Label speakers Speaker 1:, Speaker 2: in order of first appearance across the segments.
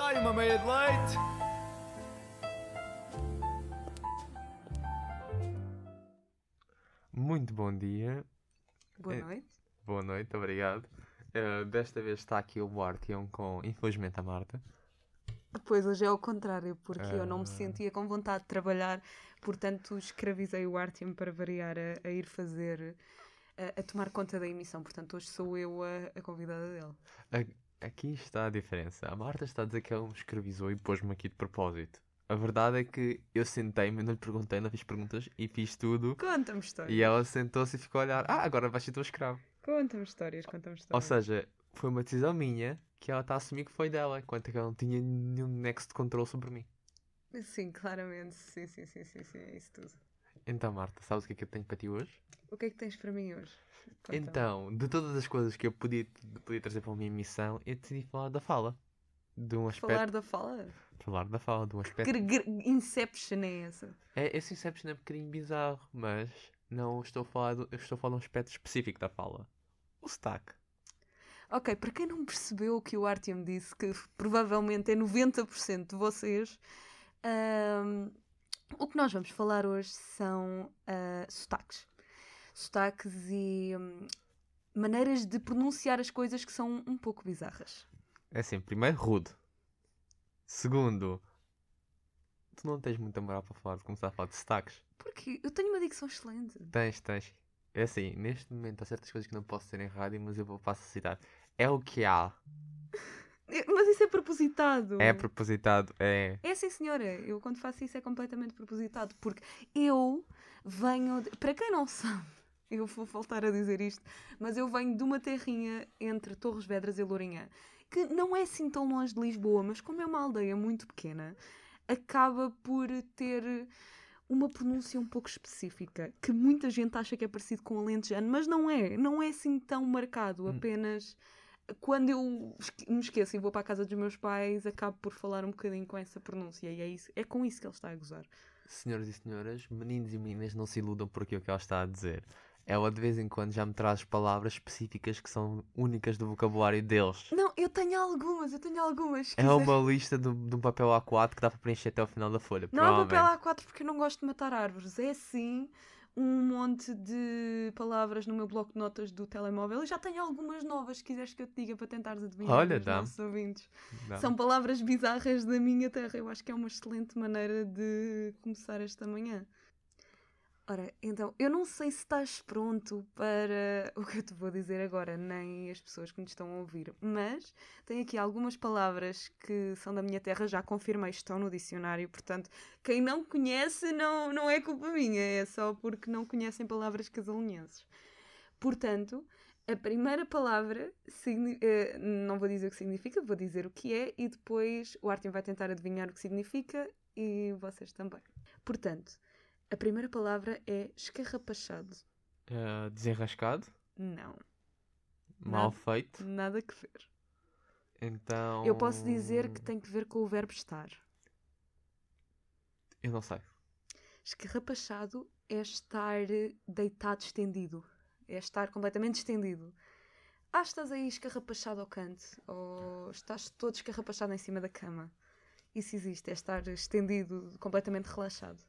Speaker 1: I made it late.
Speaker 2: Muito bom dia,
Speaker 3: Boa
Speaker 2: É.
Speaker 3: noite.
Speaker 2: boa noite, obrigado. Uh, desta vez está aqui o Martian com, infelizmente, a Marta.
Speaker 3: Pois hoje é ao contrário, porque eu não
Speaker 2: Ah.
Speaker 3: me sentia com vontade de trabalhar, portanto escravizei o Artem para variar a, a ir fazer, a, a tomar conta da emissão. Portanto, hoje sou eu a, a convidada dele.
Speaker 2: A- aqui está a diferença. A Marta está a dizer que ela me escravizou e pôs-me aqui de propósito. A verdade é que eu sentei-me, não lhe perguntei, não fiz perguntas e fiz tudo.
Speaker 3: Conta-me histórias.
Speaker 2: E ela sentou-se e ficou a olhar: Ah, agora vais ser teu escravo.
Speaker 3: Conta-me histórias, conta-me
Speaker 2: Ou
Speaker 3: histórias.
Speaker 2: seja, foi uma decisão minha que ela está a assumir que foi dela, enquanto que ela não tinha nenhum nexo de controle sobre mim.
Speaker 3: Sim, claramente. Sim, sim, sim, sim, sim, é isso tudo.
Speaker 2: Então, Marta, sabes o que é que eu tenho para ti hoje?
Speaker 3: O que é que tens para mim hoje? Conta-me.
Speaker 2: Então, de todas as coisas que eu podia, podia trazer para a minha missão, eu decidi falar da fala. De um aspecto.
Speaker 3: Falar
Speaker 2: Falar,
Speaker 3: da fala?
Speaker 2: da fala, de um aspecto.
Speaker 3: Que gr- Inception é essa?
Speaker 2: É, esse Inception é um bocadinho bizarro, mas não estou a falar, do- eu estou a falar de um aspecto específico da fala. O sotaque.
Speaker 3: Ok, para quem não percebeu o que o Artyom disse, que provavelmente é 90% de vocês, ahm, o que nós vamos falar hoje são ah, sotaques. Sotaques e hum, maneiras de pronunciar as coisas que são um pouco bizarras.
Speaker 2: É assim, primeiro, rude. Segundo, tu não tens muita moral para falar, de começar a falar de sotaques.
Speaker 3: Porque eu tenho uma dicção excelente.
Speaker 2: Tens, tens. É assim, neste momento há certas coisas que não posso dizer em rádio, mas eu vou passo a citar. É o que há.
Speaker 3: Eh, Mas isso é propositado.
Speaker 2: É propositado, é.
Speaker 3: É sim, senhora. Eu quando faço isso é completamente propositado, porque eu venho. de- Para quem não sabe, eu vou voltar a dizer isto, mas eu venho de uma terrinha entre Torres Vedras e Lourinhã, que não é assim tão longe de Lisboa, mas como é uma aldeia muito pequena, acaba por ter uma pronúncia um pouco específica, que muita gente acha que é parecido com o alentejano, mas não é. Não é assim tão marcado,
Speaker 2: Hum.
Speaker 3: apenas... Quando eu esque- me esqueço e vou para a casa dos meus pais, acabo por falar um bocadinho com essa pronúncia. E é, isso, é com isso que ele está a gozar.
Speaker 2: Senhoras e senhores, meninos e meninas, não se iludam por aquilo que ela está a dizer. Ela de vez em quando já me traz palavras específicas que são únicas do vocabulário deles.
Speaker 3: Não, eu tenho algumas, eu tenho algumas. se
Speaker 2: É
Speaker 3: quiser.
Speaker 2: uma lista de, de um papel A4 que dá para preencher até o final da folha.
Speaker 3: Não é papel
Speaker 2: provavelmente.
Speaker 3: A4 porque eu não gosto de matar árvores. É sim um monte de palavras no meu bloco de notas do telemóvel. Eu já tenho algumas novas, se quiseres que eu te diga para tentares adivinhar
Speaker 2: Olha,
Speaker 3: os
Speaker 2: dá-me.
Speaker 3: nossos ouvintes.
Speaker 2: Não.
Speaker 3: São palavras bizarras da minha terra. Eu acho que é uma excelente maneira de começar esta manhã. Ora, então, eu não sei se estás pronto para o que eu te vou dizer agora, nem as pessoas que nos estão a ouvir, mas tenho aqui algumas palavras que são da minha terra, já confirmei, estão no dicionário, portanto, quem não conhece não, não é culpa minha, é só porque não conhecem palavras casalinhenses. Portanto, a primeira palavra, signi- eh, não vou dizer o que significa, vou dizer o que é e depois o Artem vai tentar adivinhar o que significa e vocês também. Portanto, a primeira palavra é escarrapachado.
Speaker 2: Ah, desenrascado,
Speaker 3: Não,
Speaker 2: mal
Speaker 3: Nada.
Speaker 2: feito.
Speaker 3: nada que ver.
Speaker 2: Então.
Speaker 3: Eu posso dizer que tem que ver com o verbo estar.
Speaker 2: Eu não sei.
Speaker 3: Escarrapachado é estar deitado estendido. É estar completamente estendido. Ah, estás aí escarrapachado ao canto. Ou estás todo escarrapachado em cima da cama. Isso existe, é estar estendido, completamente relaxado.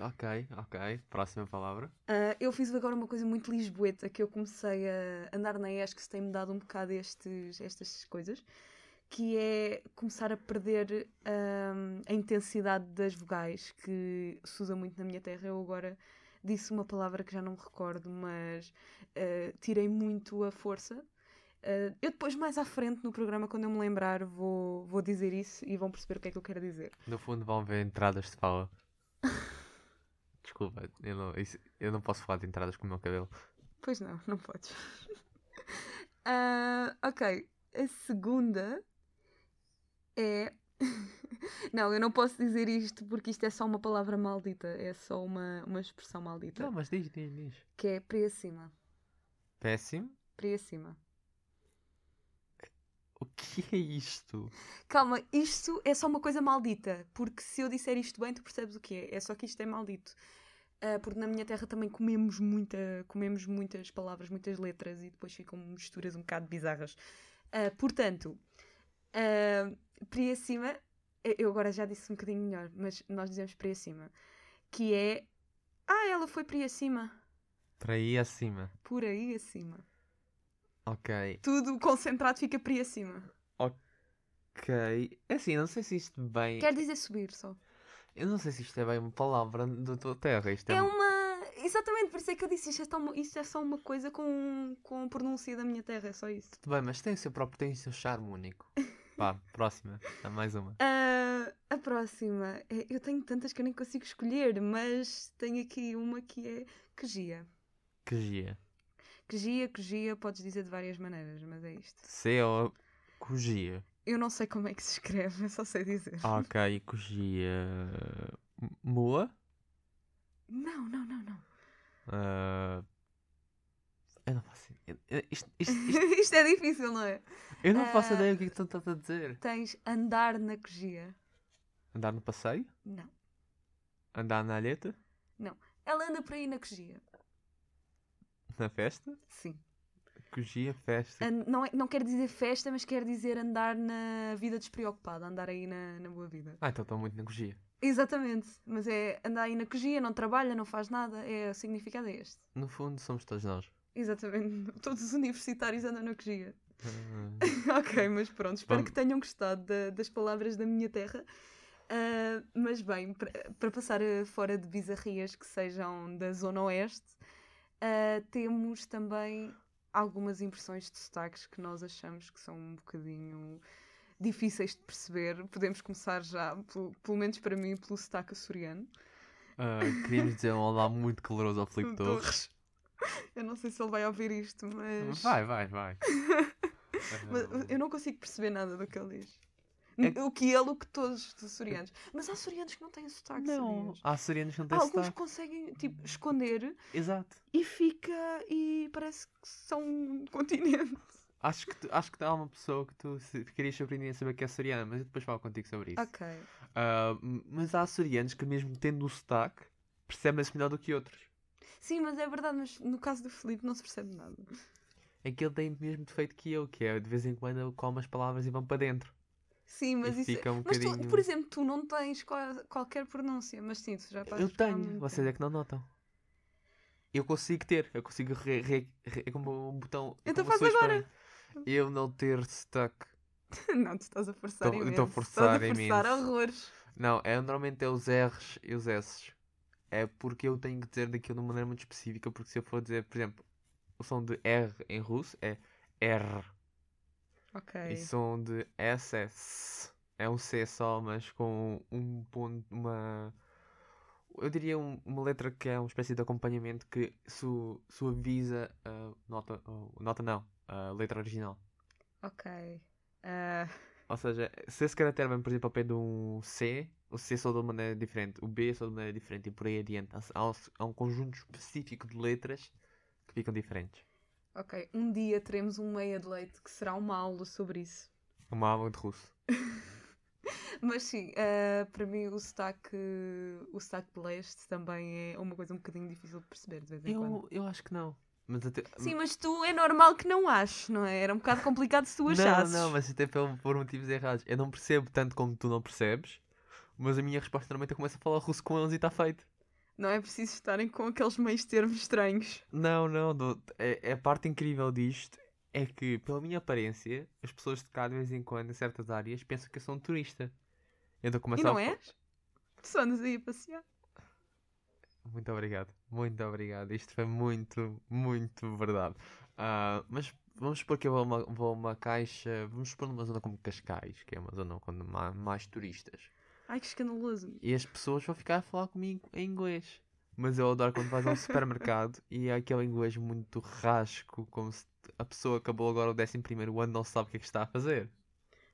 Speaker 2: Ok, ok. Próxima palavra.
Speaker 3: Ah, eu fiz agora uma coisa muito lisboeta que eu comecei a andar na ESC, se tem-me dado um bocado estes, estas coisas, que é começar a perder ahm, a intensidade das vogais, que se usa muito na minha terra. Eu agora disse uma palavra que já não me recordo, mas ah, tirei muito a força. Ah, eu depois, mais à frente no programa, quando eu me lembrar, vou, vou dizer isso e vão perceber o que é que eu quero dizer.
Speaker 2: No fundo vão ver entradas de fala. Desculpa, eu não, isso- eu não posso falar de entradas com o meu cabelo.
Speaker 3: Pois não, não podes. Ah, ok, a segunda é. não, eu não posso dizer isto porque isto é só uma palavra maldita, é só uma, uma expressão maldita.
Speaker 2: Não, mas diz, diz, diz.
Speaker 3: Que é para cima.
Speaker 2: Péssimo?
Speaker 3: Para cima.
Speaker 2: O que é isto?
Speaker 3: Calma, isto é só uma coisa maldita, porque se eu disser isto bem, tu percebes o que é. É só que isto é maldito. Ah, porque na minha terra também comemos muita, comemos muitas palavras, muitas letras e depois ficam misturas um bocado bizarras. Ah, portanto, ah, para cima eu- eu agora já disse um bocadinho melhor, mas nós dizemos para aí acima. Que é. Ah, ela foi para aí acima.
Speaker 2: Para aí acima.
Speaker 3: Por aí acima.
Speaker 2: Ok.
Speaker 3: Tudo concentrado fica para aí acima.
Speaker 2: Ok. É assim, eu não sei se isto bem.
Speaker 3: Quer dizer subir só.
Speaker 2: Eu não sei se isto é bem uma palavra da tua terra. Isto é,
Speaker 3: É
Speaker 2: um-
Speaker 3: uma. Exatamente, por isso é que eu disse isto é só uma, isto é só uma coisa com, com a pronúncia da minha terra, é só isso.
Speaker 2: Tudo bem, mas tem o seu próprio, tem o seu charme único. Vá, próxima. Há mais uma.
Speaker 3: Ah, a próxima. É, Eu tenho tantas que eu nem consigo escolher, mas tenho aqui uma que é quejia.
Speaker 2: Que gia.
Speaker 3: Quejia, quejia, podes dizer de várias maneiras, mas é isto.
Speaker 2: C-O. Cogia.
Speaker 3: Eu não sei como é que se escreve, eu só sei dizer.
Speaker 2: Ok, cogia. Moa.
Speaker 3: Não, não, não, não.
Speaker 2: Ah, Eu não faço. eu- eu- Isto, isto, isto-
Speaker 3: Isto é difícil, não é?
Speaker 2: eu não faço
Speaker 3: Ah.
Speaker 2: ideia do que é que tu estás a dizer.
Speaker 3: Tens andar na quejia.
Speaker 2: Andar no passeio?
Speaker 3: Não.
Speaker 2: Andar na alheta?
Speaker 3: Ela anda por aí na quejia.
Speaker 2: Na festa?
Speaker 3: Sim.
Speaker 2: Cogia, festa.
Speaker 3: An- não, é- não quer dizer festa, mas quer dizer andar na vida despreocupada, andar aí na, na boa vida.
Speaker 2: Ah, então estou muito na cogia.
Speaker 3: Exatamente. Mas é andar aí na cogia, não trabalha, não faz nada. É, o significado é este.
Speaker 2: No fundo, somos todos nós.
Speaker 3: Exatamente. Todos os universitários andam na cogia.
Speaker 2: Ah,
Speaker 3: ok, mas pronto. Espero
Speaker 2: Vamos-
Speaker 3: que tenham gostado da- das palavras da minha terra. Ah, mas bem, para para passar ah, fora de bizarrias que sejam da Zona Oeste, ah, temos também algumas impressões de sotaques que nós achamos que são um bocadinho difíceis de perceber. Podemos começar já, pelo, pelo menos para mim, pelo sotaque açoriano.
Speaker 2: ah, queríamos dizer um olá muito caloroso ao Filipe Torres.
Speaker 3: Eu não sei se ele vai ouvir isto, mas.
Speaker 2: Vai, vai, vai.
Speaker 3: Mas
Speaker 2: Ah,
Speaker 3: eu não consigo perceber nada do que ele diz.
Speaker 2: É-
Speaker 3: O que ele, o que todos os açorianos. Mas há açorianos que não têm sotaque,
Speaker 2: Não,
Speaker 3: sabias?
Speaker 2: há açorianos que não
Speaker 3: Há
Speaker 2: têm
Speaker 3: alguns que
Speaker 2: sotaque.
Speaker 3: conseguem, tipo, esconder
Speaker 2: Exato.
Speaker 3: e fica e parece que são um continente.
Speaker 2: Acho que, tu- acho que há uma pessoa que tu se- querias surpreender a saber que é açoriana, mas eu depois falo contigo sobre isso.
Speaker 3: Ok.
Speaker 2: Ah, m- mas há açorianos que, mesmo tendo o sotaque, percebem-se melhor do que outros.
Speaker 3: Sim, mas é verdade, mas no caso do Filipe não se percebe nada.
Speaker 2: É que ele tem o mesmo defeito que eu, que é de vez em quando ele come as palavras e vão para dentro.
Speaker 3: Sim, mas
Speaker 2: e
Speaker 3: isso. é,
Speaker 2: fica um
Speaker 3: Mas
Speaker 2: bocadinho.
Speaker 3: tu, por exemplo, tu não tens qual- qualquer pronúncia, mas sim, tu já estás
Speaker 2: Eu
Speaker 3: a ficar
Speaker 2: tenho,
Speaker 3: muito
Speaker 2: vocês é
Speaker 3: tempo.
Speaker 2: que não notam. Eu consigo ter, eu consigo. Re, re- re- é como um botão. é
Speaker 3: Então
Speaker 2: como uma
Speaker 3: faz
Speaker 2: pessoa
Speaker 3: agora.
Speaker 2: estranha. Eu não ter sotaque.
Speaker 3: Não, tu estás a forçar
Speaker 2: Tô- eu
Speaker 3: imenso.
Speaker 2: tô a
Speaker 3: Estás a
Speaker 2: forçar
Speaker 3: forçar
Speaker 2: imenso.
Speaker 3: horrores.
Speaker 2: Não, é normalmente é os R's e os S's. É porque eu tenho que dizer daquilo de uma maneira muito específica, porque se eu for dizer, por exemplo, o som de R em russo é R.
Speaker 3: Ok.
Speaker 2: E o som de S é S. É um C só, mas com um ponto, uma... Eu diria um- uma letra que é uma espécie de acompanhamento que su, suaviza a nota, a nota não, a letra original.
Speaker 3: Ok. Ah,
Speaker 2: Ou seja, se esse caractere vem, por exemplo, ao pé de um C, o C só de uma maneira diferente, o B só de uma maneira diferente e por aí adiante. Há- Há, um- há um conjunto específico de letras que ficam diferentes.
Speaker 3: ok. Um dia teremos um meia de leite que será uma aula sobre isso.
Speaker 2: Uma aula de russo.
Speaker 3: Mas sim, ah, para mim o sotaque, o sotaque de leste também é uma coisa um bocadinho difícil de perceber de vez em quando.
Speaker 2: Eu, eu acho que não. Mas até,
Speaker 3: Sim, mas tu é normal que não aches, não é? Era um bocado complicado se tu achasses.
Speaker 2: Não, não, mas até pelo- por motivos errados. Eu não percebo tanto como tu não percebes, mas a minha resposta normalmente eu começo a falar russo com eles e está feito.
Speaker 3: Não é preciso estarem com aqueles meios termos estranhos.
Speaker 2: Não, não, do- é, é a parte incrível disto é que, pela minha aparência, as pessoas de cá de vez em quando, em certas áreas, pensam que eu sou um turista. Então começo
Speaker 3: e não
Speaker 2: a...
Speaker 3: és? Tu só andas aí a passear.
Speaker 2: Muito obrigado, muito obrigado. Isto foi muito, muito verdade. Ah, mas vamos supor que eu vou a uma, vou a uma caixa, vamos supor numa zona como Cascais, que é uma zona onde há mais turistas.
Speaker 3: Ai, que escandaloso.
Speaker 2: E as pessoas vão ficar a falar comigo em inglês. Mas eu adoro quando vais a um supermercado e é aquele inglês muito rasco, como se a pessoa acabou agora o 11 primeiro ano não sabe o que é que está a fazer.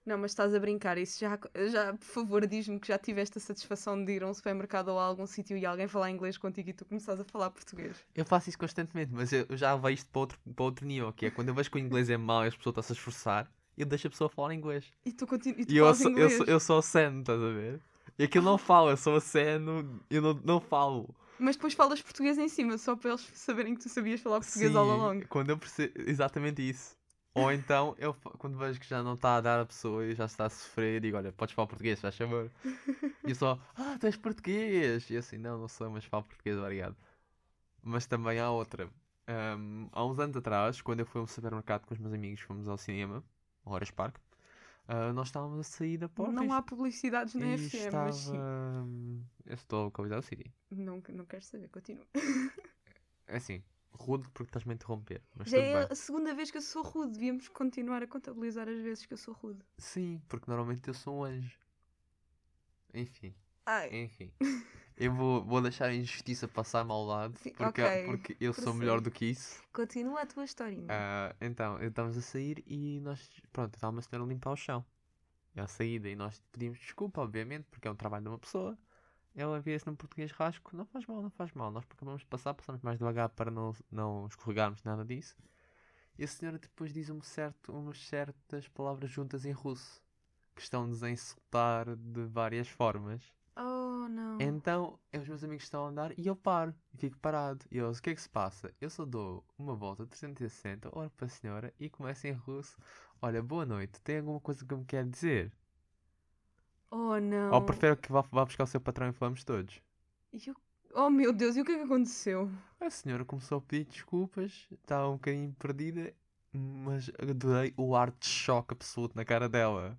Speaker 3: Não, mas estás a brincar, isso já, já por favor, diz-me que já tiveste a satisfação de ir a um supermercado ou a algum sítio e alguém falar inglês contigo e tu começares a falar português.
Speaker 2: Eu faço isso constantemente, mas eu eu já vejo isto para outro, para outro nível, que é quando eu vejo que o inglês é mau e as pessoas estão-se a esforçar, eu deixo a pessoa falar inglês.
Speaker 3: E tu continuas. E tu
Speaker 2: E eu
Speaker 3: falas
Speaker 2: sou, eu,
Speaker 3: inglês.
Speaker 2: sou, eu sou aceno, estás a ver? E aquilo não falo, eu sou aceno, eu não, não falo.
Speaker 3: Mas depois falas português em cima, só para eles saberem que tu sabias falar português all
Speaker 2: Sim,
Speaker 3: along.
Speaker 2: Quando eu percebo. Exatamente isso. Ou então, eu, fa- quando vejo que já não está a dar a pessoa e já está a sofrer, digo: Olha, podes falar português, faz favor. E eu só: Ah, tu és português! E eu assim: Não, não sou, mas falo português, obrigado. Mas também há outra. Ahm, há uns anos atrás, quando eu fui a um supermercado com os meus amigos, fomos ao cinema, ao Horas Park, ah, nós estávamos a sair da porta.
Speaker 3: Não
Speaker 2: e
Speaker 3: há publicidades na
Speaker 2: e
Speaker 3: FM,
Speaker 2: estava... hum,
Speaker 3: mas sim.
Speaker 2: Eu estou localizado no City.
Speaker 3: Não, não quero saber, continua.
Speaker 2: É assim, rude porque estás-me a interromper. Mas
Speaker 3: Já
Speaker 2: tudo
Speaker 3: é
Speaker 2: bem.
Speaker 3: a segunda vez que eu sou rude, devíamos continuar a contabilizar as vezes que eu sou rude.
Speaker 2: Sim, porque normalmente eu sou um anjo. Enfim,
Speaker 3: Ai,
Speaker 2: enfim. Eu vou, vou deixar a injustiça passar-me ao lado
Speaker 3: Sim,
Speaker 2: porque,
Speaker 3: ok,
Speaker 2: porque eu sou melhor
Speaker 3: prossegue.
Speaker 2: do que isso.
Speaker 3: continua a tua historinha.
Speaker 2: Ah, então, eu estávamos a sair e nós. Pronto, estava uma senhora a limpar o chão. É a saída e nós pedimos desculpa, obviamente, porque é um trabalho de uma pessoa. Ela via-se num português rasco, não faz mal, não faz mal. Nós acabamos de passar, passamos mais devagar para não, não escorregarmos nada disso. E a senhora depois diz um certo, umas certas palavras juntas em russo, que estão-nos a insultar de várias formas.
Speaker 3: Oh, não.
Speaker 2: Então, os meus amigos estão a andar e eu paro e fico parado. E eles, o que é que se passa? Eu só dou uma volta de 360, olho para a senhora e começo em russo: Olha, boa noite, tem alguma coisa que me quer dizer?
Speaker 3: Oh, não.
Speaker 2: Ou prefiro que vá, vá buscar o seu patrão e falamos todos?
Speaker 3: E o- Oh, meu Deus, e o que é que aconteceu?
Speaker 2: A senhora começou a pedir desculpas, estava um bocadinho perdida, mas adorei o ar de choque absoluto na cara dela.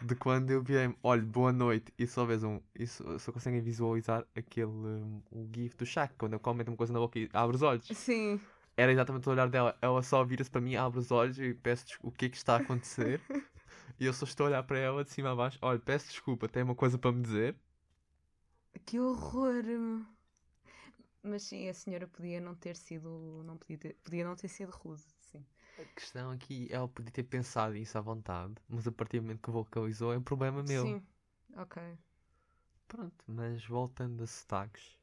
Speaker 2: De quando eu virei, olha, boa noite, e só vês um. E só, só conseguem visualizar aquele. um, o gif do Shaq, quando eu comento uma coisa na boca e abre os olhos.
Speaker 3: Sim.
Speaker 2: Era exatamente o olhar dela. Ela só vira-se para mim, abre os olhos e peço des- o que é que está a acontecer. e eu só estou a olhar para ela de cima a baixo, olha, peço desculpa, tem uma coisa para me dizer.
Speaker 3: Que horror. Mas sim, a senhora podia não ter sido. Não podia, ter... podia não ter sido rude, sim.
Speaker 2: A questão aqui é ela podia ter pensado isso à vontade, mas a partir do momento que vocalizou é um problema meu.
Speaker 3: Sim. Ok.
Speaker 2: Pronto, mas voltando a sotaques,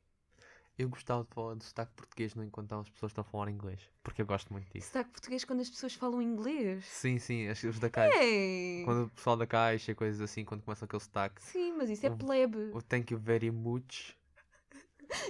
Speaker 2: eu gostava de falar do sotaque português no enquanto as pessoas estão a falar inglês, porque eu gosto muito disso.
Speaker 3: Sotaque português quando as pessoas falam inglês?
Speaker 2: Sim, sim, as- os da caixa.
Speaker 3: Ei!
Speaker 2: Quando o pessoal da caixa e coisas assim, quando começa aquele sotaque,
Speaker 3: Sim, mas isso é
Speaker 2: Hum.
Speaker 3: plebe.
Speaker 2: o thank you very much.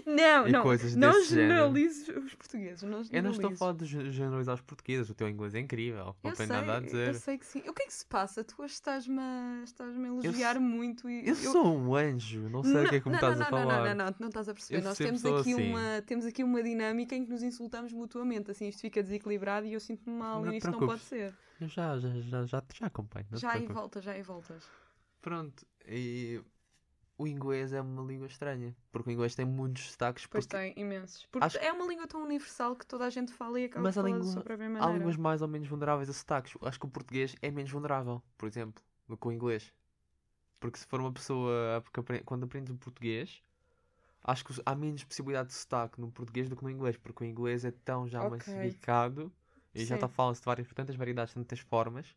Speaker 3: Não,
Speaker 2: e
Speaker 3: não.
Speaker 2: coisas
Speaker 3: Não
Speaker 2: desse género.
Speaker 3: generalizes os portugueses. Não
Speaker 2: Eu não estou a
Speaker 3: generalizes.
Speaker 2: falar de gen- generalizar os portugueses, o teu inglês é incrível, não
Speaker 3: eu
Speaker 2: tenho
Speaker 3: sei,
Speaker 2: nada a dizer.
Speaker 3: Eu sei que sim. O que é que se passa? Tu hoje estás-me a, estás-me a
Speaker 2: s-
Speaker 3: elogiar muito e.
Speaker 2: Eu sou um anjo, não sei o que é que me
Speaker 3: não,
Speaker 2: estás
Speaker 3: não,
Speaker 2: a
Speaker 3: não,
Speaker 2: falar.
Speaker 3: Não, não, não, tu não estás a perceber.
Speaker 2: Eu
Speaker 3: Nós
Speaker 2: sempre
Speaker 3: temos
Speaker 2: sou
Speaker 3: aqui,
Speaker 2: assim.
Speaker 3: uma, temos aqui uma dinâmica em que nos insultamos mutuamente. Assim, isto fica desequilibrado e eu sinto-me mal
Speaker 2: Não
Speaker 3: e
Speaker 2: te
Speaker 3: isto não pode
Speaker 2: preocupes.
Speaker 3: ser.
Speaker 2: Eu já, já, já, já, já acompanho. não te
Speaker 3: já e
Speaker 2: preocupes.
Speaker 3: voltas, já e voltas.
Speaker 2: Pronto, e o inglês é uma língua estranha, porque o inglês tem muitos sotaques,
Speaker 3: Pois
Speaker 2: porque
Speaker 3: tem, imensos. Porque
Speaker 2: Acho-
Speaker 3: é uma língua tão universal que toda a gente fala e acaba
Speaker 2: Mas
Speaker 3: de
Speaker 2: a
Speaker 3: falar da
Speaker 2: língua-
Speaker 3: sua própria
Speaker 2: há
Speaker 3: maneira.
Speaker 2: línguas mais ou menos vulneráveis a sotaques. Acho que o português é menos vulnerável, por exemplo, do que o inglês. Porque se for uma pessoa que apre- quando aprende o português, acho que os- há menos possibilidade de sotaque no português do que no inglês, porque o inglês é tão já
Speaker 3: Ok.
Speaker 2: massificado e já
Speaker 3: Sim.
Speaker 2: está falando-se de várias, tantas variedades, tantas formas.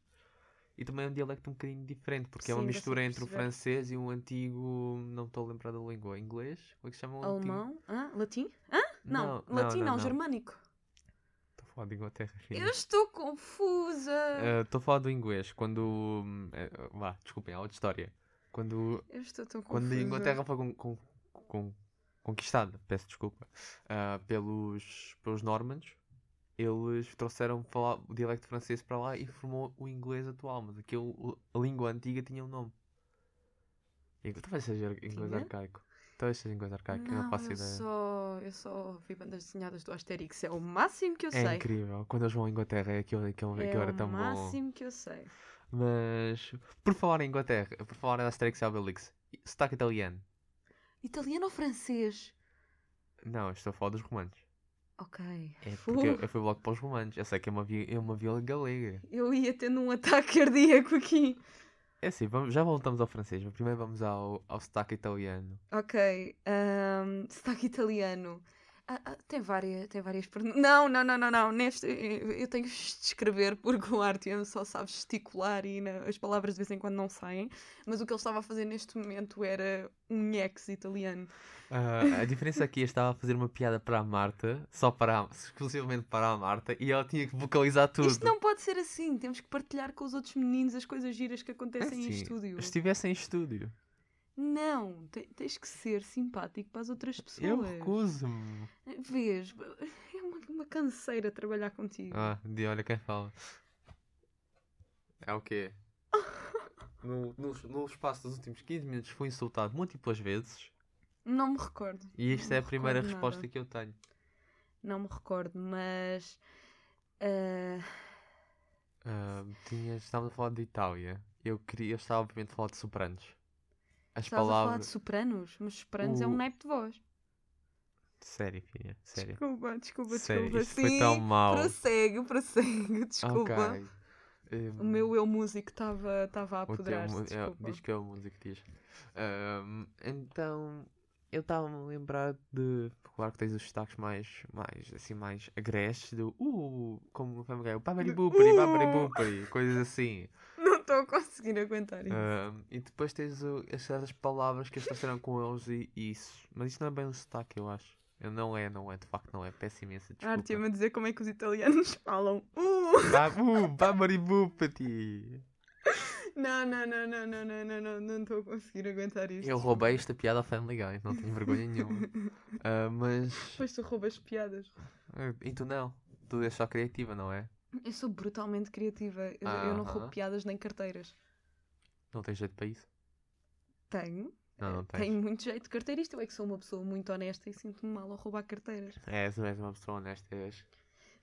Speaker 2: E também é um dialecto um bocadinho diferente, porque é uma
Speaker 3: Sim, dá-se
Speaker 2: mistura
Speaker 3: para
Speaker 2: entre o
Speaker 3: perceber.
Speaker 2: francês e um antigo. Não estou a lembrar da língua. Inglês? Como é que se chama o antigo?
Speaker 3: Alemão? Hã? Latim? Hã? Não, latim não, germânico.
Speaker 2: Estou a falar de Inglaterra.
Speaker 3: Eu estou confusa.
Speaker 2: Estou Eh, a falar do inglês. Quando. hum, eh, Vá, desculpem, há outra história. Quando,
Speaker 3: Eu estou tão confusa.
Speaker 2: quando a Inglaterra foi con- con- con- conquistada, peço desculpa, ah, pelos, pelos Normans, eles trouxeram falar o dialecto francês para lá e formou o inglês atual. Mas aquele, a língua antiga tinha um nome. então E Talvez seja inglês
Speaker 3: Tinha?
Speaker 2: arcaico. Talvez seja inglês arcaico, eu não
Speaker 3: Não,
Speaker 2: faço
Speaker 3: eu
Speaker 2: ideia.
Speaker 3: só, eu só vi bandas desenhadas do Asterix. É o máximo que eu
Speaker 2: É
Speaker 3: sei.
Speaker 2: incrível. Quando eles vão à Inglaterra, é aquilo, aquilo,
Speaker 3: É
Speaker 2: aquilo era
Speaker 3: o
Speaker 2: tão bom.
Speaker 3: máximo que eu sei.
Speaker 2: Mas, por falar em Inglaterra, por falar em Asterix e Obelix, sotaque italiano.
Speaker 3: Italiano ou francês?
Speaker 2: Não, eu estou a falar dos romanos.
Speaker 3: Ok.
Speaker 2: É
Speaker 3: Fu,
Speaker 2: porque eu, eu fui logo para os romanos. Eu sei que é uma, vi- é uma vila galega.
Speaker 3: eu ia tendo um ataque cardíaco aqui.
Speaker 2: É assim, vamos, já voltamos ao francês, mas primeiro vamos ao, ao sotaque italiano.
Speaker 3: Ok. ahm, sotaque italiano. Ah, ah, tem, várias, tem várias perna- Não, não, não, não, não. Neste, eu eu tenho que descrever porque o Artyom só sabe gesticular e na- as palavras de vez em quando não saem. Mas o que ele estava a fazer neste momento era um ex italiano.
Speaker 2: Ah, a diferença aqui é que eu estava a fazer uma piada para a Marta, só para a, exclusivamente para a Marta, e ela tinha que vocalizar tudo.
Speaker 3: Isto não pode ser assim. Temos que partilhar com os outros meninos as coisas giras que
Speaker 2: É
Speaker 3: acontecem em
Speaker 2: assim,
Speaker 3: estúdio.
Speaker 2: Estivesse em estúdio.
Speaker 3: Não, te- tens que ser simpático para as outras pessoas.
Speaker 2: Eu recuso-me.
Speaker 3: Vês, é uma, uma canseira trabalhar contigo.
Speaker 2: Ah, de olha quem fala. É o quê? No, no, no espaço dos últimos 15 minutos fui insultado múltiplas vezes
Speaker 3: Não me recordo.
Speaker 2: e esta
Speaker 3: Não
Speaker 2: é a
Speaker 3: me
Speaker 2: primeira
Speaker 3: recordo
Speaker 2: resposta
Speaker 3: nada.
Speaker 2: que eu tenho.
Speaker 3: Não me recordo, mas. ah,
Speaker 2: Ah, tinha, estávamos a falar de Itália. Eu queria, eu estava obviamente a falar de sopranos. As
Speaker 3: estavas a falar de
Speaker 2: palavras.
Speaker 3: sopranos, mas sopranos é
Speaker 2: O-
Speaker 3: um naipe de voz.
Speaker 2: Sério, filha, sério.
Speaker 3: Desculpa, desculpa,
Speaker 2: sério,
Speaker 3: desculpa.
Speaker 2: isto foi tão mau.
Speaker 3: prossegue, prossegue, desculpa.
Speaker 2: Ok. Hum,
Speaker 3: O meu eu músico estava estava a
Speaker 2: o teu
Speaker 3: apoderar-se,
Speaker 2: mu- é,
Speaker 3: desculpa.
Speaker 2: diz que é o músico que diz. Ahm, então, eu estava-me a lembrar de. Claro que tens os destaques mais, mais assim, mais agressos do. Uh, como no Family Guy, o babari bupari,
Speaker 3: Uh.
Speaker 2: babari bupari, coisas assim.
Speaker 3: Não estou a conseguir aguentar isso.
Speaker 2: Ahm, e depois tens o, as certas palavras que eles trouxeram com eles e isso. Mas isso não é bem um sotaque, eu acho. Eu não é, não é, de facto não é. Peço imensa
Speaker 3: a arte
Speaker 2: desculpa.
Speaker 3: ia-me dizer como é que os italianos falam. Uh!
Speaker 2: Ba- Uh, babari bupati.
Speaker 3: Não, não, não, não, não, não, não, não, não estou a conseguir aguentar isto.
Speaker 2: Eu roubei esta piada ao Family Guy, não tenho vergonha nenhuma. Ah, mas.
Speaker 3: Depois tu roubas piadas.
Speaker 2: Ah, E tu não. Tu és só criativa, não é?
Speaker 3: Eu sou brutalmente criativa. Eu, eu não roubo
Speaker 2: Ah, Aham.
Speaker 3: piadas nem carteiras.
Speaker 2: Não tens jeito para isso?
Speaker 3: Tenho.
Speaker 2: Não, não tens.
Speaker 3: Tenho Eh, muito jeito de carteirista. Eu é que sou uma pessoa muito honesta e sinto-me mal ao roubar carteiras.
Speaker 2: É, És, és uma pessoa honesta, és.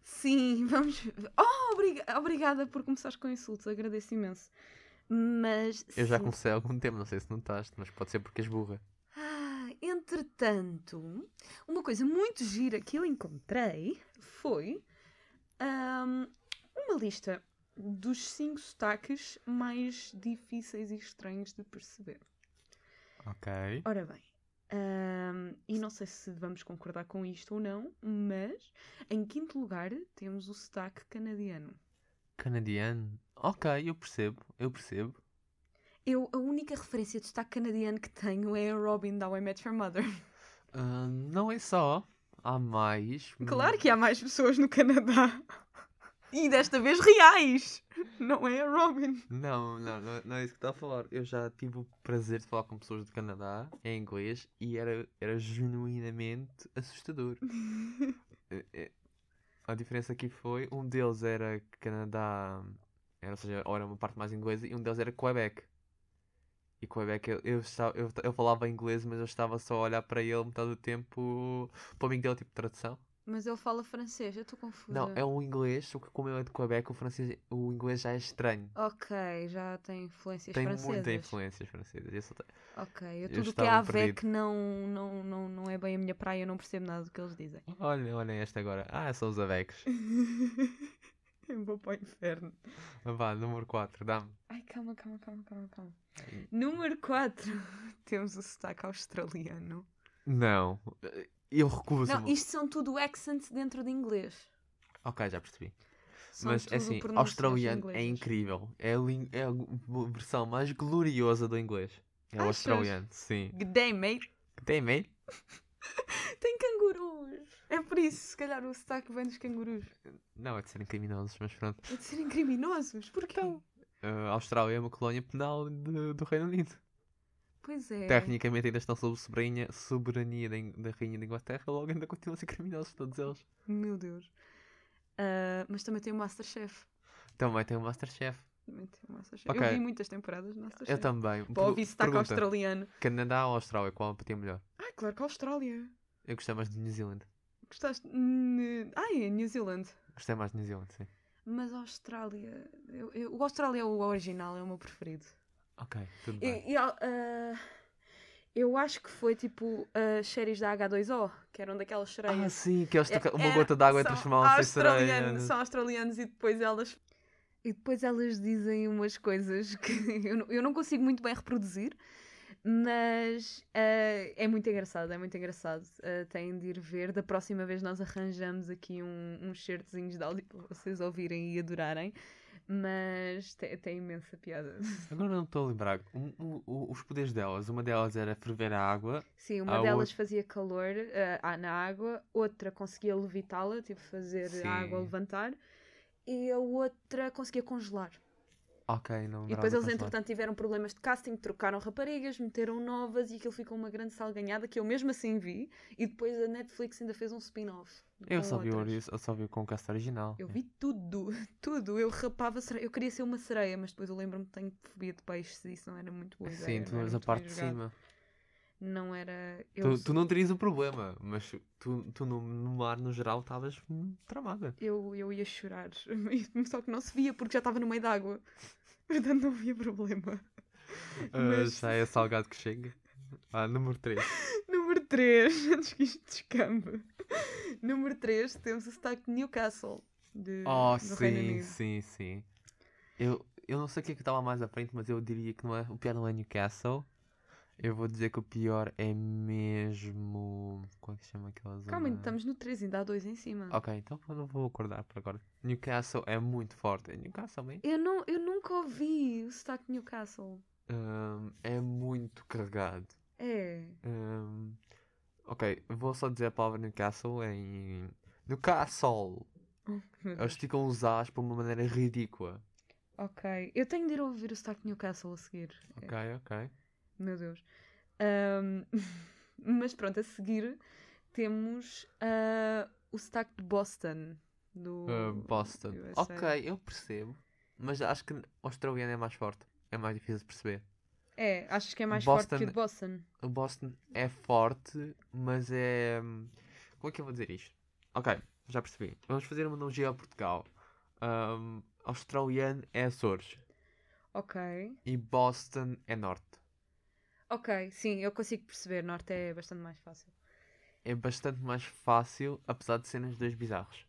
Speaker 3: Sim, vamos. Oh, obriga- obrigada por começares com insultos, agradeço imenso. Mas.
Speaker 2: Eu já
Speaker 3: sim.
Speaker 2: comecei há algum tempo, não sei se notaste, mas pode ser porque és burra.
Speaker 3: Ah, entretanto, uma coisa muito gira que eu encontrei foi ahm, uma lista dos cinco sotaques mais difíceis e estranhos de perceber.
Speaker 2: Ok.
Speaker 3: Ora bem, ahm, e não sei se vamos concordar com isto ou não, mas em quinto lugar temos o sotaque canadiano.
Speaker 2: Canadiano. Ok, eu percebo, eu percebo.
Speaker 3: Eu, a única referência de sotaque canadiano que tenho é a Robin da How I Met Your Mother.
Speaker 2: Ah, não é só. Há mais.
Speaker 3: Claro que há mais pessoas no Canadá. E desta vez reais. Não é a Robin.
Speaker 2: Não, não, não, é- não é isso que estou a falar. Eu já tive o prazer de falar com pessoas do Canadá em inglês e era, era genuinamente assustador. Eh, eh, A diferença aqui foi, um deles era Canadá, era, ou seja, ou era uma parte mais inglesa, e um deles era Quebec. E Quebec, eu, eu, estava, eu, eu falava inglês, mas eu estava só a olhar para ele metade do tempo, para o amigo dele, tipo, tradução.
Speaker 3: Mas ele fala francês, eu estou confusa.
Speaker 2: Não, é um inglês, só que como ele é de Quebec, o, francês, o inglês já é estranho.
Speaker 3: Ok, já tem influências
Speaker 2: Tem
Speaker 3: francesas.
Speaker 2: muita influência francesa. Eu só te-
Speaker 3: Ok,
Speaker 2: Eu
Speaker 3: eu tudo o que é
Speaker 2: estava
Speaker 3: avec
Speaker 2: perdido.
Speaker 3: não, não, não, não é bem a minha praia, eu não percebo nada do que eles dizem.
Speaker 2: Olha, olha esta agora. Ah, são os Avex.
Speaker 3: eu vou para o inferno.
Speaker 2: Vá, número 4, dá-me.
Speaker 3: Ai, calma, calma, calma, calma, calma.
Speaker 2: Ai.
Speaker 3: Número 4. Temos o sotaque australiano.
Speaker 2: Não, eu recuso.
Speaker 3: Não, isto são tudo accents dentro de inglês.
Speaker 2: Ok, já percebi.
Speaker 3: São
Speaker 2: Mas
Speaker 3: tudo
Speaker 2: assim,
Speaker 3: pronúncias
Speaker 2: australiano é
Speaker 3: inglesas.
Speaker 2: incrível. É a, lin- é a gu- versão mais gloriosa do inglês. É o
Speaker 3: Achas?
Speaker 2: australiano, sim.
Speaker 3: Good day, mate.
Speaker 2: Tem mail?
Speaker 3: Tem cangurus. É por isso, se calhar, o sotaque vem dos cangurus.
Speaker 2: Não, é de serem criminosos, mas pronto.
Speaker 3: É de serem criminosos. Porquê?
Speaker 2: Uh, a Austrália é uma colónia penal de- do Reino Unido.
Speaker 3: pois é.
Speaker 2: Tecnicamente ainda estão sob soberania, soberania da, In- da Rainha da Inglaterra, logo ainda continuam a ser criminosos todos eles.
Speaker 3: Meu Deus. Ah, mas também tem o Masterchef.
Speaker 2: Também tem o Masterchef.
Speaker 3: Também tem o Masterchef.
Speaker 2: Ok.
Speaker 3: Eu vi muitas temporadas do Masterchef.
Speaker 2: Eu também.
Speaker 3: Para ouvir
Speaker 2: Per-
Speaker 3: sotaque
Speaker 2: pergunta.
Speaker 3: australiano.
Speaker 2: Canadá ou Austrália? Qual é para ti é melhor?
Speaker 3: Ah, claro que a Austrália.
Speaker 2: Eu gostei mais de New Zealand.
Speaker 3: Gostaste? Hum, Ai, New Zealand.
Speaker 2: Gostei mais de New Zealand, sim.
Speaker 3: Mas a Austrália. eu- eu- o Austrália é o original, é o meu preferido.
Speaker 2: Ok, tudo bem.
Speaker 3: E- e, ah, ah, eu acho que foi tipo as séries da H2O, que eram daquelas
Speaker 2: Ah,
Speaker 3: sereias.
Speaker 2: sim, que esta,
Speaker 3: É-
Speaker 2: uma
Speaker 3: era-
Speaker 2: gota d'água é
Speaker 3: são
Speaker 2: transformada em
Speaker 3: australianos-
Speaker 2: sereia.
Speaker 3: São australianos e depois elas. E depois elas dizem umas coisas que eu não, eu não consigo muito bem reproduzir, mas ah, é muito engraçado, é muito engraçado. Ah, têm de ir ver. Da próxima vez nós arranjamos aqui um, uns certezinhos de áudio para vocês ouvirem e adorarem, mas te- tem imensa piada.
Speaker 2: Agora não estou a lembrar. Um- um- o- os poderes delas. Uma delas era ferver a água.
Speaker 3: Sim,
Speaker 2: Há
Speaker 3: uma
Speaker 2: outra-
Speaker 3: delas fazia calor eh, ah, na água, outra conseguia levitá-la, tipo fazer a água
Speaker 2: Sim.
Speaker 3: levantar, e a outra conseguia congelar.
Speaker 2: Ok, não
Speaker 3: E depois eles, entretanto, tiveram problemas de casting, trocaram raparigas, meteram novas e aquilo ficou uma grande salganhada que eu mesmo assim vi. E depois a Netflix ainda fez um spin-off.
Speaker 2: Eu
Speaker 3: com
Speaker 2: só, vi o,
Speaker 3: outras.
Speaker 2: ori- eu só vi o concast original.
Speaker 3: Eu vi tudo, tudo. Eu rapava sereia. Eu queria ser uma sereia, mas depois eu lembro-me que tenho fobia de peixes e isso não era muito boa ideia.
Speaker 2: Sim, tu
Speaker 3: é, não
Speaker 2: não és
Speaker 3: era
Speaker 2: a
Speaker 3: muito bem
Speaker 2: parte de
Speaker 3: jogado.
Speaker 2: cima.
Speaker 3: Não era. Eu,
Speaker 2: Tu,
Speaker 3: sou-
Speaker 2: tu não terias o problema, mas tu, tu no, no mar, no geral, estavas hum, tramada.
Speaker 3: eu, eu ia chorar. Só que não se via porque já estava no meio d'água. Portanto, não havia problema.
Speaker 2: Ah,
Speaker 3: Mas-
Speaker 2: já é salgado que chega. Ah, número 3.
Speaker 3: Número 3, antes que isto descambe. Número 3, temos o sotaque de Newcastle. De,
Speaker 2: Oh,
Speaker 3: do Reino
Speaker 2: sim,
Speaker 3: Unido.
Speaker 2: sim, sim. Eu, eu não sei o que é que estava mais à frente, mas eu diria que não é, o pior não é Newcastle. Eu vou dizer que o pior é mesmo. Como é que se chama aquela zona?
Speaker 3: Calma, então, ainda estamos no 3, ainda há dois em cima.
Speaker 2: Ok, então eu não vou acordar por agora. Newcastle é muito forte. É Newcastle, bem?
Speaker 3: Eu, não, eu nunca ouvi o sotaque de Newcastle.
Speaker 2: Ahm, é muito carregado.
Speaker 3: É.
Speaker 2: Ahm, ok, vou só dizer a palavra Newcastle em. Newcastle! Eles esticam os as por uma maneira ridícula.
Speaker 3: Ok. Eu tenho de ir ouvir o sotaque de Newcastle a seguir.
Speaker 2: Ok, ok.
Speaker 3: Meu Deus. Ahm, mas pronto, a seguir temos ah, o sotaque de Boston. Do
Speaker 2: Uh, Boston.
Speaker 3: USA.
Speaker 2: Ok, eu percebo. Mas acho que o australiano é mais forte. É mais difícil de perceber.
Speaker 3: É, achas que é mais forte que o de Boston?
Speaker 2: O Boston é forte, mas é. hum, Como é que eu vou dizer isto? Ok, já percebi. Vamos fazer uma analogia a Portugal. Hum, australiano é Açores.
Speaker 3: Ok.
Speaker 2: E Boston é Norte.
Speaker 3: Ok, sim, eu consigo perceber. Norte é bastante mais fácil.
Speaker 2: É bastante mais fácil, apesar de serem os dois bizarros.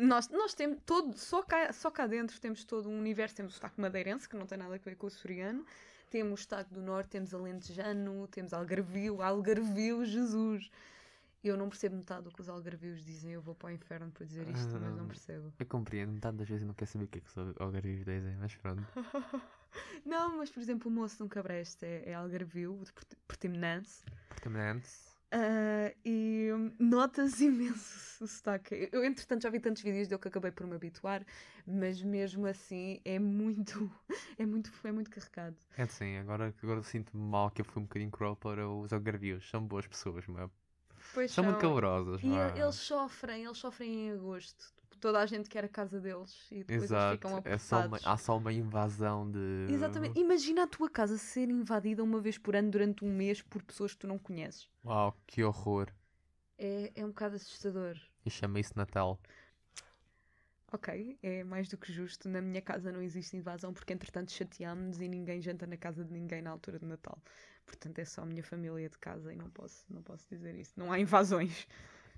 Speaker 3: Nós, nós temos todo, só cá, só cá dentro temos todo um universo. Temos o sotaque madeirense, que não tem nada a ver com o soriano. Temos o sotaque do norte, temos alentejano, temos algarvio, algarvio, Jesus. Eu não percebo metade do que os algarvios dizem. Eu vou para o inferno por dizer isto, mas não
Speaker 2: Hum.
Speaker 3: percebo.
Speaker 2: Eu compreendo, metade das vezes eu não quero saber o que é que sou algarvios dizem, mas pronto.
Speaker 3: Não, mas por exemplo, o moço de um cabreste é, é algarvio, de Port- Portimonense.
Speaker 2: Portimonense.
Speaker 3: Ah, e hum, notas imenso o sotaque. Eu, entretanto, já vi tantos vídeos dele que acabei por me habituar, mas mesmo assim é muito, é muito, é muito carregado.
Speaker 2: É sim, agora, agora sinto-me mal que eu fui um bocadinho cruel para os algarvios. São boas pessoas, mas
Speaker 3: Pois
Speaker 2: são muito
Speaker 3: são.
Speaker 2: calorosas. é?
Speaker 3: E
Speaker 2: vá.
Speaker 3: eles sofrem, eles sofrem em agosto. Tipo, Toda a gente quer a casa deles e depois eles
Speaker 2: Exato,
Speaker 3: ficam
Speaker 2: é só uma,
Speaker 3: apressados.
Speaker 2: há só uma invasão de.
Speaker 3: Exatamente. Imagina a tua casa ser invadida uma vez por ano durante um mês por pessoas que tu não conheces.
Speaker 2: Uau, que horror.
Speaker 3: É, é um bocado assustador.
Speaker 2: E chama isso Natal.
Speaker 3: Ok, é mais do que justo. Na minha casa não existe invasão porque, entretanto, chateámos-nos e ninguém janta na casa de ninguém na altura de Natal. Portanto, é só a minha família de casa e não posso, não posso dizer isso. Não há invasões.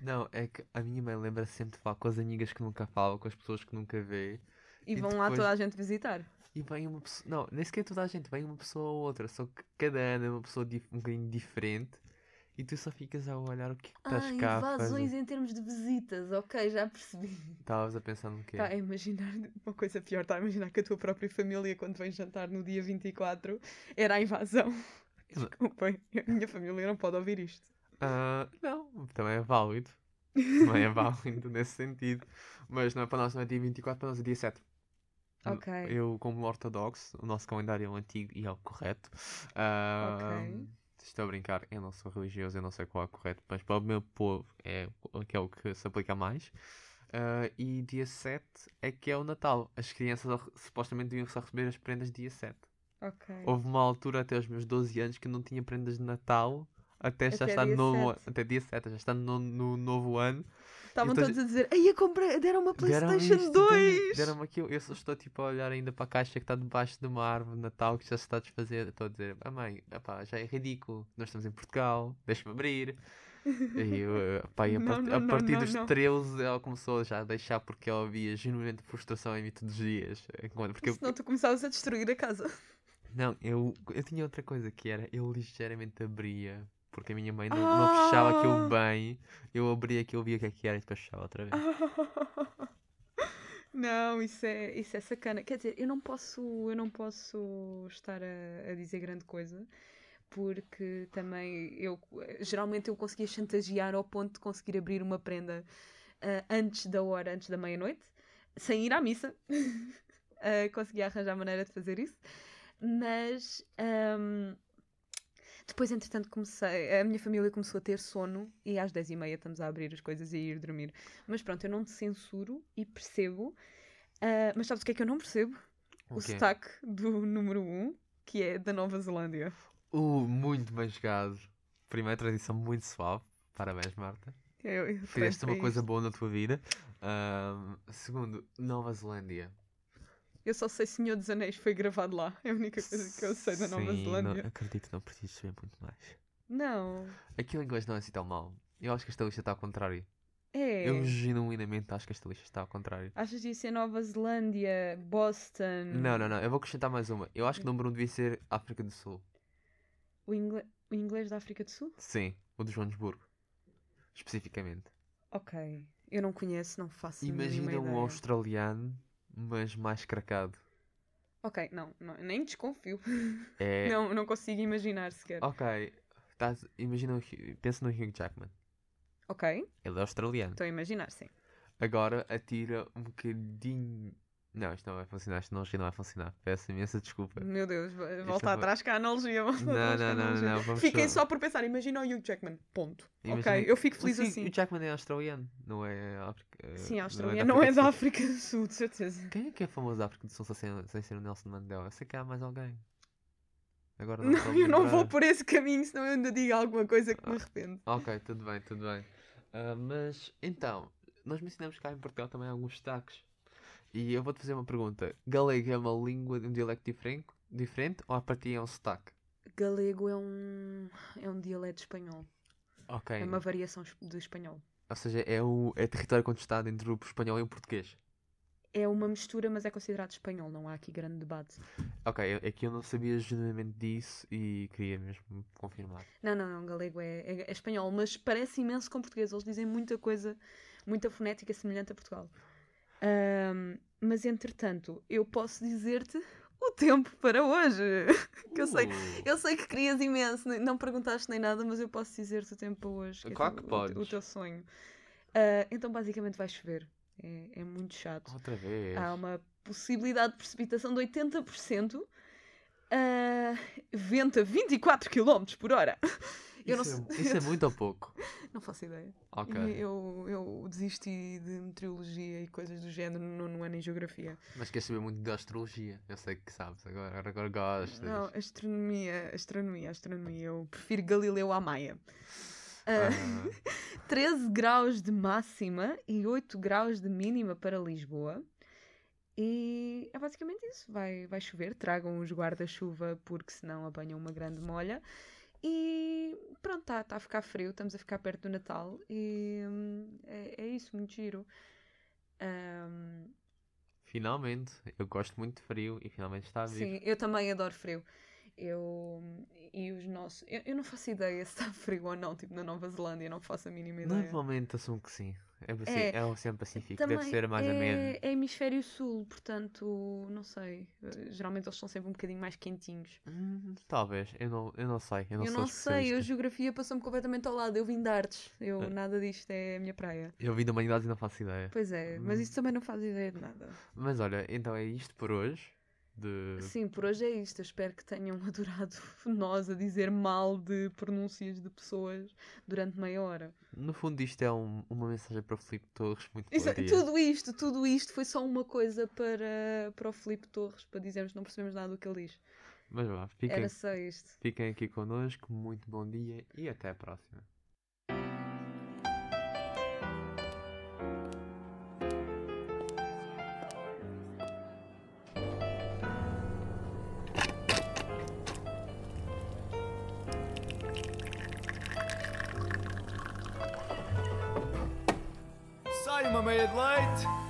Speaker 2: Não, é que a minha mãe lembra sempre de falar com as amigas que nunca fala, com as pessoas que nunca vê.
Speaker 3: E,
Speaker 2: E
Speaker 3: vão lá
Speaker 2: depois-
Speaker 3: toda a gente visitar.
Speaker 2: E vem uma pessoa. Não, nem sequer toda a gente, vem uma pessoa ou outra. Só que cada ano é uma pessoa dif- um bocadinho diferente. E tu só ficas a olhar o que é que estás
Speaker 3: ah,
Speaker 2: cá. a
Speaker 3: invasões
Speaker 2: fazer.
Speaker 3: em termos de visitas. Ok, já percebi.
Speaker 2: Estavas a pensar no quê?
Speaker 3: Está Tá a imaginar uma coisa pior. Está a imaginar que a tua própria família, quando vem jantar no dia 24, era a invasão.
Speaker 2: Ela-
Speaker 3: Desculpem, a minha família não pode ouvir isto.
Speaker 2: Ah, não, também é válido. Também é válido nesse sentido. Mas não é para nós, não é dia 24, para nós é dia 7. N-
Speaker 3: Ok.
Speaker 2: Eu, como ortodoxo, o nosso calendário é o antigo e é o correto. Ah,
Speaker 3: Ok.
Speaker 2: Estou a brincar, eu não sou religioso, eu não sei qual é o correto, mas para o meu povo é o que é o que se aplica mais. Ah, e dia 7 é que é o Natal. As crianças ao- supostamente deviam só receber as prendas dia 7.
Speaker 3: Ok.
Speaker 2: Houve uma altura até os meus 12 anos que eu não tinha prendas de Natal até já
Speaker 3: Até
Speaker 2: estar
Speaker 3: dia
Speaker 2: no novo
Speaker 3: 7.
Speaker 2: an- até dia 7, já está no, no novo ano.
Speaker 3: Estavam
Speaker 2: Então,
Speaker 3: todos a dizer, aí comprei, deram uma
Speaker 2: Deram-me
Speaker 3: Playstation
Speaker 2: isto, deram-
Speaker 3: 2!
Speaker 2: Deram-me aquilo. Eu só estou tipo a olhar ainda para a caixa que está debaixo de uma árvore de Natal que já se está a desfazer. Estou a dizer, ah mãe, epá, já é ridículo. Nós estamos em Portugal, deixa-me abrir. E, eu, epá, e a,
Speaker 3: Não,
Speaker 2: part-
Speaker 3: não,
Speaker 2: a
Speaker 3: não,
Speaker 2: partir
Speaker 3: não,
Speaker 2: dos
Speaker 3: não.
Speaker 2: 13 ela começou já a deixar porque ela via genuinamente frustração em mim todos os dias. Enquanto- Porque eu,
Speaker 3: Senão tu começavas a destruir a casa.
Speaker 2: não, eu, eu tinha outra coisa que era, eu ligeiramente abria. Porque a minha mãe não, não fechava
Speaker 3: Ah! Ah,
Speaker 2: aquilo bem. Eu abria aquilo, via o que é que era e depois fechava outra vez.
Speaker 3: Não, isso é, isso é sacana. Quer dizer, eu não posso, eu não posso estar a, a dizer grande coisa, porque também eu geralmente eu conseguia chantagear ao ponto de conseguir abrir uma prenda ah, antes da hora, antes da meia-noite, sem ir à missa. ah, consegui arranjar maneira de fazer isso. Mas ahm, depois, entretanto, comecei. A minha família começou a ter sono e às 10 e meia estamos a abrir as coisas e a ir dormir. Mas pronto, eu não te censuro e percebo. Ah, mas sabes o que é que eu não percebo? O,
Speaker 2: quê?
Speaker 3: sotaque do número 1, um, que é da Nova Zelândia.
Speaker 2: Uh, muito bem chegado. Primeira tradição muito suave. Parabéns, Marta.
Speaker 3: Eu, eu
Speaker 2: Fizeste
Speaker 3: pronto,
Speaker 2: uma
Speaker 3: é
Speaker 2: coisa
Speaker 3: isto.
Speaker 2: boa na tua vida. Ahm, segundo, Nova Zelândia.
Speaker 3: Eu só sei Senhor dos Anéis foi gravado lá. É a única coisa que eu sei da Nova
Speaker 2: Sim,
Speaker 3: Zelândia.
Speaker 2: Não, acredito, não preciso saber muito mais.
Speaker 3: Não.
Speaker 2: Aquilo em inglês não é assim tão mau. Eu acho que esta lista está ao contrário.
Speaker 3: É.
Speaker 2: Eu genuinamente acho que esta lista está ao contrário.
Speaker 3: Achas que isso é Nova Zelândia, Boston?
Speaker 2: Não, não, não. Eu vou acrescentar mais uma. Eu
Speaker 3: Hum.
Speaker 2: acho que o número 1 devia ser África do Sul.
Speaker 3: O, ingle... o inglês da África do Sul?
Speaker 2: Sim, o de Joanesburgo. Especificamente.
Speaker 3: Ok. Eu não conheço, não faço a
Speaker 2: Imagina
Speaker 3: mínima
Speaker 2: um
Speaker 3: ideia.
Speaker 2: australiano, mas mais cracado.
Speaker 3: Ok, não, não, nem desconfio.
Speaker 2: É. Oh.
Speaker 3: Não, não consigo imaginar sequer.
Speaker 2: Ok. Estás- Imagina, o Hugh- pensa no Hugh Jackman.
Speaker 3: Ok,
Speaker 2: Ele é australiano.
Speaker 3: estou a imaginar, sim.
Speaker 2: Agora atira um bocadinho. Não, isto não vai funcionar, isto não, isto não vai funcionar. Peço imensa desculpa.
Speaker 3: Meu Deus, va-
Speaker 2: é
Speaker 3: volta
Speaker 2: bo-
Speaker 3: atrás com a analogia. Volta
Speaker 2: Não,
Speaker 3: atrás
Speaker 2: não,
Speaker 3: com a
Speaker 2: não,
Speaker 3: analogia.
Speaker 2: não, vamos
Speaker 3: Fiquem
Speaker 2: só-
Speaker 3: só por pensar, imagina o Hugh Jackman, ponto.
Speaker 2: Imagina-
Speaker 3: Ok, eu fico
Speaker 2: O
Speaker 3: feliz
Speaker 2: Hugh-
Speaker 3: assim.
Speaker 2: O Jackman é australiano, não é África.
Speaker 3: Sim,
Speaker 2: não
Speaker 3: a
Speaker 2: é
Speaker 3: Austrália não é
Speaker 2: do
Speaker 3: da
Speaker 2: Sul.
Speaker 3: África do Sul, de certeza.
Speaker 2: Quem é que é famoso da África do Sul sem, sem ser o Nelson Mandela? Eu sei que há mais alguém. Agora não, estou a
Speaker 3: Não, eu não
Speaker 2: lembrar. Ah.
Speaker 3: vou por esse caminho, senão eu ainda digo alguma coisa que me arrependo.
Speaker 2: Ok, tudo bem, tudo bem. Ah, mas então, nós mencionamos cá em Portugal também alguns destaques. E eu vou-te fazer uma pergunta: galego é uma língua de um dialecto diferente, diferente ou a partir é um sotaque?
Speaker 3: Galego é um, é um dialeto espanhol.
Speaker 2: Ok.
Speaker 3: É uma variação es- do espanhol.
Speaker 2: Ou seja, é o é território contestado entre o espanhol e o português.
Speaker 3: É uma mistura, mas é considerado espanhol. Não há aqui grande debate.
Speaker 2: Ok, eu- é que eu não sabia genuinamente disso e queria mesmo confirmar.
Speaker 3: Não, não, não. Galego é, é- é espanhol, mas parece imenso com português. Eles dizem muita coisa, muita fonética semelhante a Portugal. Ahm, mas, entretanto, eu posso dizer-te o tempo para hoje. Que eu sei-
Speaker 2: Uh,
Speaker 3: Eu sei que querias imenso, nem- não perguntaste nem nada, mas eu posso dizer-te o tempo para hoje. que é
Speaker 2: Claro que
Speaker 3: o-
Speaker 2: podes.
Speaker 3: O, teu sonho. Ah, então, basicamente, vai chover. É, é muito chato.
Speaker 2: Outra vez.
Speaker 3: Há uma possibilidade de precipitação de 80%. ah, vento a 24 km por hora. Eu não
Speaker 2: isso, é,
Speaker 3: sei-
Speaker 2: isso é muito ou pouco.
Speaker 3: Não faço ideia.
Speaker 2: Ok.
Speaker 3: E Eu, eu desisti de meteorologia e coisas do género no, nono ano em geografia.
Speaker 2: Mas queres saber muito da astrologia? Eu sei que sabes agora, agora, agora gostas.
Speaker 3: Não, astronomia, astronomia, astronomia. Eu prefiro Galileu à Maia.
Speaker 2: Ah,
Speaker 3: 13 graus de máxima e 8 graus de mínima para Lisboa. E é basicamente isso. Vai, vai chover, tragam os guarda-chuva porque senão apanham uma grande molha. E pronto, está tá a ficar frio, estamos a ficar perto do Natal e hum, é, é isso, muito giro. Hum,
Speaker 2: finalmente, eu gosto muito de frio e finalmente está a vir.
Speaker 3: sim, é eu também adoro frio. Eu e os nossos. Eu, eu não faço ideia se está frio ou não, tipo na Nova Zelândia, não faço a mínima
Speaker 2: é
Speaker 3: ideia.
Speaker 2: Normalmente assumo que sim. É, paci-
Speaker 3: É,
Speaker 2: é o Oceano Pacífico, deve
Speaker 3: Também
Speaker 2: ser mais
Speaker 3: é,
Speaker 2: ameno.
Speaker 3: É hemisfério sul, portanto, não sei. Eh, Geralmente eles são sempre um bocadinho mais quentinhos.
Speaker 2: Hum, talvez, eu não, eu não sei. Eu não,
Speaker 3: eu
Speaker 2: sou
Speaker 3: não sei, eu
Speaker 2: especialista.
Speaker 3: geografia passou-me completamente ao lado. Eu vim de artes. Eu,
Speaker 2: Ah.
Speaker 3: Nada disto é a minha praia.
Speaker 2: Eu vim da humanidade e não faço ideia.
Speaker 3: Pois é, mas
Speaker 2: Hum.
Speaker 3: isso também não faz ideia de nada.
Speaker 2: Mas olha, então é isto por hoje. De...
Speaker 3: Sim, por hoje é isto. Eu espero que tenham adorado nós a dizer mal de pronúncias de pessoas durante meia hora.
Speaker 2: No fundo, isto é um- uma mensagem para o Filipe Torres. Muito bom
Speaker 3: Isso- é,
Speaker 2: dia.
Speaker 3: tudo isto, tudo isto foi só uma coisa para, para o Filipe Torres, para dizermos que não percebemos nada do que ele diz.
Speaker 2: Mas vá, fiquem,
Speaker 3: Era só isto.
Speaker 2: fiquem aqui connosco. Muito bom dia e até a próxima.
Speaker 1: Sai uma meia de leite.